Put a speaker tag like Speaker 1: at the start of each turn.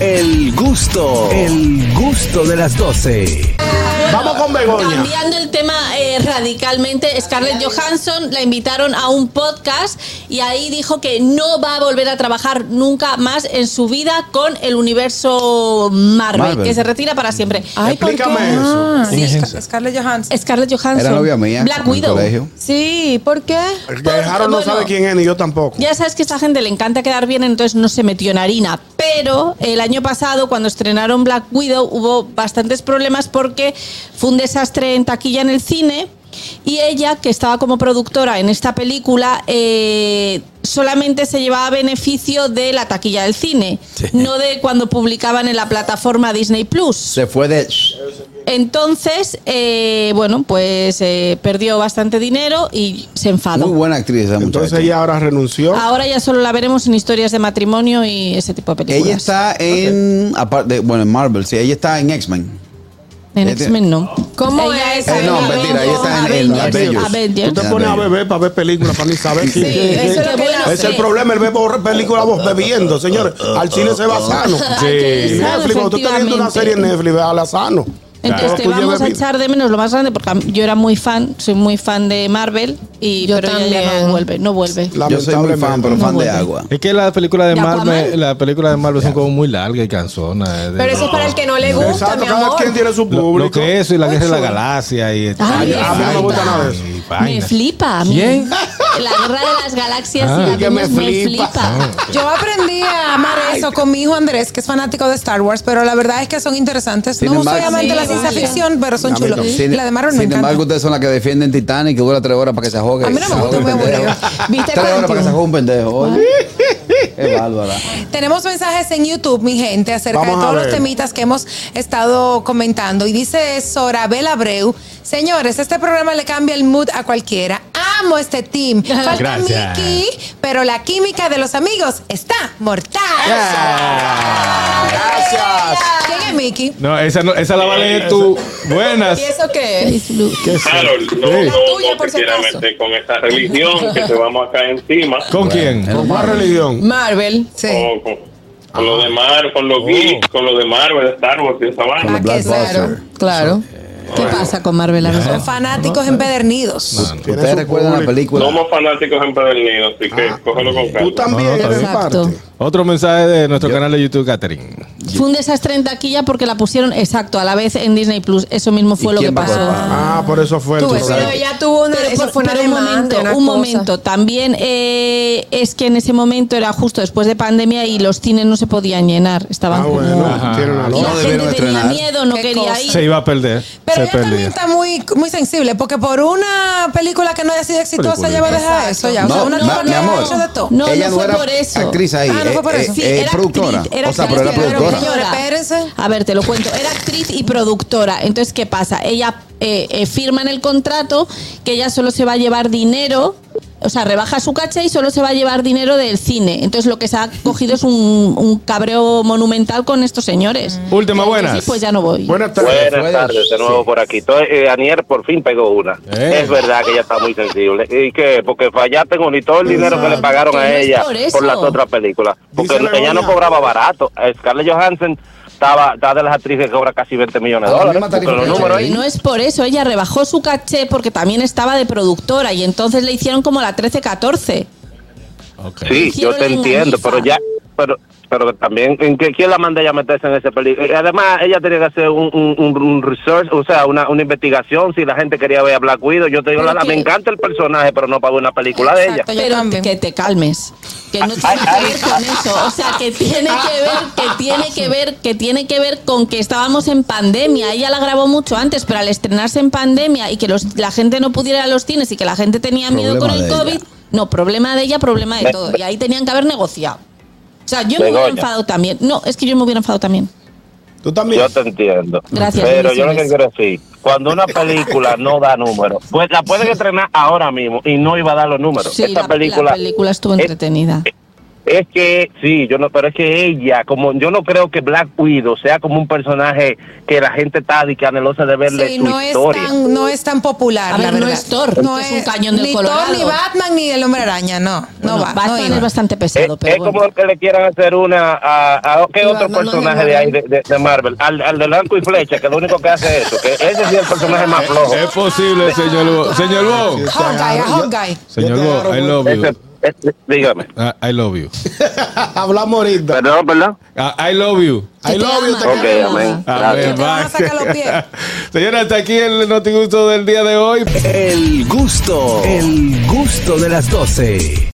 Speaker 1: El gusto, el gusto de las 12.
Speaker 2: Vamos con Begoña.
Speaker 3: Cambiando el tema eh, radicalmente, Scarlett Johansson la invitaron a un podcast y ahí dijo que no va a volver a trabajar nunca más en su vida con el universo Marvel,
Speaker 4: Marvel.
Speaker 3: que se retira para siempre.
Speaker 2: Explícame
Speaker 5: Ah.
Speaker 2: eso.
Speaker 4: ¿Quién es
Speaker 5: Scar-
Speaker 4: esa?
Speaker 5: Scarlett Johansson.
Speaker 3: Scarlett Johansson,
Speaker 4: Era novia mía
Speaker 3: Black
Speaker 4: en el
Speaker 3: Widow.
Speaker 4: colegio.
Speaker 5: Sí, ¿por qué?
Speaker 2: El que dejaron no
Speaker 3: Bueno.
Speaker 2: sabe quién es, ni yo tampoco.
Speaker 3: Ya sabes que a esta gente le encanta quedar bien, entonces no se metió en harina. Pero el año pasado, cuando estrenaron Black Widow, hubo bastantes problemas porque fue un desastre en taquilla en el cine. Y ella, que estaba como productora en esta película, eh, solamente se llevaba beneficio de la taquilla del cine, no de cuando publicaban en la plataforma Disney Plus.
Speaker 4: Se fue de.
Speaker 3: Entonces, eh, bueno, pues eh, perdió bastante dinero y se enfadó.
Speaker 4: Muy buena actriz esa muchacha.
Speaker 2: Entonces ella ahora renunció.
Speaker 3: Ahora ya solo la veremos en historias de matrimonio y ese tipo de películas.
Speaker 4: Ella está en. Aparte, bueno, en Marvel, sí. Ella está en X-Men.
Speaker 3: en
Speaker 4: ella
Speaker 3: X-Men no.
Speaker 5: ¿Cómo
Speaker 3: Ella
Speaker 5: es?
Speaker 3: es
Speaker 4: Eh, no, mentira, ella está en- en Avengers.
Speaker 2: Tú te
Speaker 4: Ya,
Speaker 2: pones a
Speaker 4: baby.
Speaker 2: beber para ver películas, para ni saber quién
Speaker 5: Sí,
Speaker 2: quién-
Speaker 5: eso es lo
Speaker 2: quién.
Speaker 5: que ella
Speaker 2: es el
Speaker 5: hace.
Speaker 2: problema, el beber películas vos
Speaker 6: Ah,
Speaker 2: bebiendo, señores. Al cine se va sano.
Speaker 3: Sí.
Speaker 2: Netflix, cuando tú estás viendo una serie en Netflix, la sano.
Speaker 3: Entonces
Speaker 2: Claro.
Speaker 3: te
Speaker 2: Tú llevas
Speaker 3: vamos a
Speaker 2: vida.
Speaker 3: echar de menos lo más grande porque a mí- yo era muy fan, soy muy fan de Marvel y
Speaker 5: Yo
Speaker 3: pero ella ya
Speaker 5: también.
Speaker 3: no vuelve, no vuelve.
Speaker 4: Yo soy muy fan, pero
Speaker 2: Lamentablemente.
Speaker 4: fan de
Speaker 3: vuelve.
Speaker 4: agua.
Speaker 6: Es que las películas de
Speaker 3: ¿De
Speaker 6: Marvel,
Speaker 3: Aquaman?
Speaker 6: las películas de Marvel son como muy largas y cansonas. eh, de-
Speaker 5: Pero eso es para el que no le gusta,
Speaker 2: Exacto,
Speaker 5: mi
Speaker 2: cada
Speaker 5: amor.
Speaker 2: quien tiene su
Speaker 6: lo, lo
Speaker 2: público.
Speaker 6: que es eso y la guerra de la
Speaker 3: Mucho.
Speaker 6: galaxia y
Speaker 3: Ay,
Speaker 6: y
Speaker 3: a mí no
Speaker 2: me gusta nada de
Speaker 6: y
Speaker 2: eso.
Speaker 3: Me
Speaker 6: vainas.
Speaker 3: flipa a mí.
Speaker 6: ¿Quién?
Speaker 3: La guerra de las galaxias
Speaker 6: Ah.
Speaker 3: y la
Speaker 2: Que me
Speaker 3: Venus me
Speaker 2: flipa.
Speaker 3: flipa.
Speaker 5: Yo aprendí a amar eso con mi hijo Andrés, que es fanático de Star Wars, pero la verdad es que son interesantes.
Speaker 4: Sin
Speaker 5: no
Speaker 4: embargo-
Speaker 5: soy amante de la
Speaker 3: Sí,
Speaker 5: ciencia
Speaker 3: sí.
Speaker 5: ficción, pero son
Speaker 4: A mí
Speaker 5: chulos.
Speaker 4: no. Sin,
Speaker 5: La de Marvel me
Speaker 4: sin embargo,
Speaker 5: encanta.
Speaker 4: ustedes son las que defienden Titanic, que dura tres horas para que se ahogue.
Speaker 5: A mí no me
Speaker 4: Se ahogue
Speaker 5: gusta,
Speaker 4: el
Speaker 5: muy
Speaker 4: pendejo.
Speaker 5: aburrido. ¿Viste
Speaker 4: Tres horas para que se ahogue un pendejo. oye. Qué bárbara.
Speaker 5: Tenemos mensajes en YouTube, mi gente, acerca
Speaker 2: Vamos
Speaker 5: de
Speaker 2: a
Speaker 5: todos los
Speaker 2: ver.
Speaker 5: temitas que hemos estado comentando. Y dice Sorabel Abreu, señores, este programa le cambia el mood a cualquiera. Amo este team. Falta
Speaker 6: Gracias.
Speaker 5: Miki, pero la química de los amigos está mortal.
Speaker 2: Gracias.
Speaker 5: ¿Quién es Miki?
Speaker 6: No, esa, no, esa la vale tú. Buenas.
Speaker 5: ¿Y eso qué es?
Speaker 7: Harold, no,
Speaker 6: Sí.
Speaker 7: no,
Speaker 5: tuya,
Speaker 7: no
Speaker 5: por
Speaker 7: te
Speaker 5: si
Speaker 7: quieras
Speaker 5: acaso.
Speaker 7: meter con esa religión que te vamos a caer encima.
Speaker 6: ¿Con quién?
Speaker 4: Bueno,
Speaker 2: Con más religión.
Speaker 5: Marvel. Sí.
Speaker 7: O con, con lo de Marvel, con los geeks, con lo de Marvel, de Star Wars y esa
Speaker 4: Con
Speaker 7: vaina.
Speaker 4: los
Speaker 5: Ah, que
Speaker 4: Blackbusters.
Speaker 3: Claro. ¿Qué pasa con Marvel ahora?
Speaker 5: Son fanáticos empedernidos.
Speaker 2: Tiene
Speaker 4: Ustedes
Speaker 2: su
Speaker 4: recuerdan la
Speaker 2: público.
Speaker 4: película.
Speaker 7: Somos fanáticos empedernidos, así que cógelo con
Speaker 2: Tú
Speaker 7: calma.
Speaker 2: también
Speaker 6: No, no,
Speaker 2: eres
Speaker 3: Exacto.
Speaker 2: parte.
Speaker 6: Otro mensaje de nuestro canal de YouTube, Catherine.
Speaker 3: Fue un desastre en taquilla porque la pusieron exacto a la vez en Disney Plus. Eso mismo fue
Speaker 4: ¿Y
Speaker 3: lo que
Speaker 4: quién va a
Speaker 3: pasó.
Speaker 4: guardar?
Speaker 2: Ah, por eso fue el
Speaker 5: Tú,
Speaker 2: problema.
Speaker 5: eso ya tuvo una,
Speaker 3: Pero,
Speaker 5: eso
Speaker 3: por-
Speaker 5: fue una
Speaker 3: pero un
Speaker 5: demanda,
Speaker 3: momento,
Speaker 5: una
Speaker 3: un
Speaker 5: cosa.
Speaker 3: momento. También eh, es que en ese momento era justo después de pandemia y los cines no se podían llenar. Estaban
Speaker 2: Ah, bueno,
Speaker 6: Ajá.
Speaker 2: tiene una
Speaker 3: y la
Speaker 4: No
Speaker 2: lógica.
Speaker 4: debieron
Speaker 3: gente tenía
Speaker 4: estrenar.
Speaker 3: miedo, no
Speaker 5: Qué
Speaker 3: quería
Speaker 5: cosa.
Speaker 3: ir.
Speaker 6: Se iba a perder.
Speaker 5: Pero
Speaker 6: se
Speaker 5: ella también
Speaker 6: perdía.
Speaker 5: está muy, muy sensible, porque por una película que no haya sido exitosa, ella va a dejar eso ya. O sea,
Speaker 4: No,
Speaker 5: una
Speaker 4: ma-
Speaker 5: tipa
Speaker 4: mi
Speaker 5: que ha
Speaker 4: amor,
Speaker 5: hecho de todo.
Speaker 3: No,
Speaker 4: ella
Speaker 3: no
Speaker 4: no,
Speaker 3: fue
Speaker 4: era
Speaker 3: por eso.
Speaker 4: actriz ahí,
Speaker 5: Ah, no fue por
Speaker 4: eh,
Speaker 5: eso.
Speaker 4: eh,
Speaker 5: Sí,
Speaker 4: eh,
Speaker 3: era
Speaker 4: productora.
Speaker 3: actriz, era
Speaker 4: o sea, pero era
Speaker 3: actriz,
Speaker 5: pero
Speaker 4: productora.
Speaker 5: señora, espérense.
Speaker 3: A ver, te lo cuento. Era actriz y productora. Entonces, ¿qué pasa? Ella eh, eh, firma en el contrato que ella solo se va a llevar dinero. O sea, rebaja su caché y solo se va a llevar dinero del cine. Entonces, lo que se ha cogido es un, un cabreo monumental con estos señores.
Speaker 6: Mm. Última,
Speaker 3: Que
Speaker 6: buenas.
Speaker 3: Sí, pues ya no voy.
Speaker 2: Buenas tardes.
Speaker 4: fue
Speaker 8: Buenas tardes de nuevo
Speaker 4: sí.
Speaker 8: por aquí. Entonces, eh, Aniel por fin pegó una.
Speaker 6: Eh.
Speaker 8: Es verdad que ella está muy sensible. ¿Y qué? Porque fallaste con y todo el dinero
Speaker 5: Ah,
Speaker 8: que le pagaron
Speaker 3: que
Speaker 8: a
Speaker 3: no es
Speaker 8: ella
Speaker 3: por
Speaker 8: por,
Speaker 3: eso.
Speaker 8: las otras películas. Porque
Speaker 2: Dice la
Speaker 8: ella no
Speaker 2: doña.
Speaker 8: cobraba barato. Eh, Scarlett Johansson estaba, está de las actrices que cobra casi 20 millones de
Speaker 4: A la
Speaker 8: dólares.
Speaker 4: misma tarifa
Speaker 8: Porque los
Speaker 4: que ella.
Speaker 8: números
Speaker 3: Y
Speaker 8: ahí.
Speaker 3: no es por eso, ella rebajó su caché porque también estaba de productora y entonces le hicieron como la 13-14.
Speaker 6: Ok.
Speaker 8: Sí,
Speaker 3: Hicieron
Speaker 8: yo te
Speaker 3: la
Speaker 8: entiendo,
Speaker 3: enganiza.
Speaker 8: pero ya, pero, pero también, ¿en qué, ¿quién la manda ella a meterse en ese peligro? Eh, Además, ella tenía que hacer un, un, un- un research, o sea, una, una investigación, si la gente quería ver a Black Widow. Yo te digo,
Speaker 3: Pero
Speaker 8: la, la-
Speaker 3: que-
Speaker 8: me encanta el personaje, pero no para ver una película de ella.
Speaker 5: Exacto, yo
Speaker 3: pero
Speaker 5: también.
Speaker 3: que te calmes que no tiene que ver con eso o sea que tiene que ver que tiene que ver que tiene que ver con que estábamos en pandemia ella la grabó mucho antes pero al estrenarse en pandemia y que los- la gente no pudiera ir a los cines y que la gente tenía miedo
Speaker 4: Problema
Speaker 3: con el
Speaker 4: de
Speaker 3: covid
Speaker 4: ella.
Speaker 3: no problema de ella problema de
Speaker 8: Ve-
Speaker 3: todo
Speaker 8: ve-
Speaker 3: y ahí tenían que haber negociado o sea, yo me hubiera
Speaker 8: Begoña.
Speaker 3: enfadado también. No, es que yo me hubiera enfadado también.
Speaker 2: Tú también.
Speaker 8: Yo te entiendo.
Speaker 3: Gracias,
Speaker 8: Pero yo lo que
Speaker 3: bendiciones.
Speaker 8: quiero decir, cuando una película no da números, pues la pueden estrenar ahora mismo y no iba a dar los números.
Speaker 3: Sí,
Speaker 8: Esta
Speaker 3: la,
Speaker 8: película,
Speaker 3: la película estuvo
Speaker 8: es-
Speaker 3: entretenida.
Speaker 8: Es que, sí, yo no, pero es que ella, como yo no creo que Black Widow sea como un personaje que la gente está de que anhelosa de verle
Speaker 5: Sí,
Speaker 8: su
Speaker 5: no es,
Speaker 8: historia.
Speaker 5: tan, no es tan popular.
Speaker 3: A ver,
Speaker 5: la
Speaker 3: no
Speaker 5: verdad.
Speaker 3: es Thor, que es un cañón del
Speaker 5: ni
Speaker 3: Colorado.
Speaker 5: Thor, ni Batman, ni el hombre araña, no. No
Speaker 3: Bueno,
Speaker 5: va.
Speaker 3: Batman
Speaker 5: no iba.
Speaker 3: es bastante
Speaker 8: Es,
Speaker 3: pesado,
Speaker 8: es
Speaker 3: pero bueno.
Speaker 8: como que le quieran hacer una a, a- ¿qué
Speaker 3: Sí,
Speaker 8: otro
Speaker 3: Batman no
Speaker 8: personaje
Speaker 3: le
Speaker 8: de ahí de,
Speaker 3: mueve.
Speaker 8: de- de Marvel? Al, al de Blanco y Flecha, que lo único que hace es eso, que ese sí es el personaje más flojo.
Speaker 6: Es posible, señor Bo. Señor Bo.
Speaker 5: Hawkeye, a Hawkeye.
Speaker 6: Señor Bo, I love
Speaker 8: Ese-
Speaker 6: you.
Speaker 8: ese- dígame.
Speaker 6: Ah, I love you.
Speaker 2: Hablamos ahorita.
Speaker 8: Perdón, perdón.
Speaker 6: Ah, I love you.
Speaker 2: I love you.
Speaker 5: ama.
Speaker 2: te
Speaker 8: Ok,
Speaker 2: quiero.
Speaker 8: amén.
Speaker 6: A
Speaker 8: Gracias.
Speaker 6: ver,
Speaker 5: Te van a
Speaker 6: va.
Speaker 5: sacar los pies.
Speaker 6: Señora, hasta aquí el notigusto del día de hoy.
Speaker 1: El gusto, el gusto de las 12.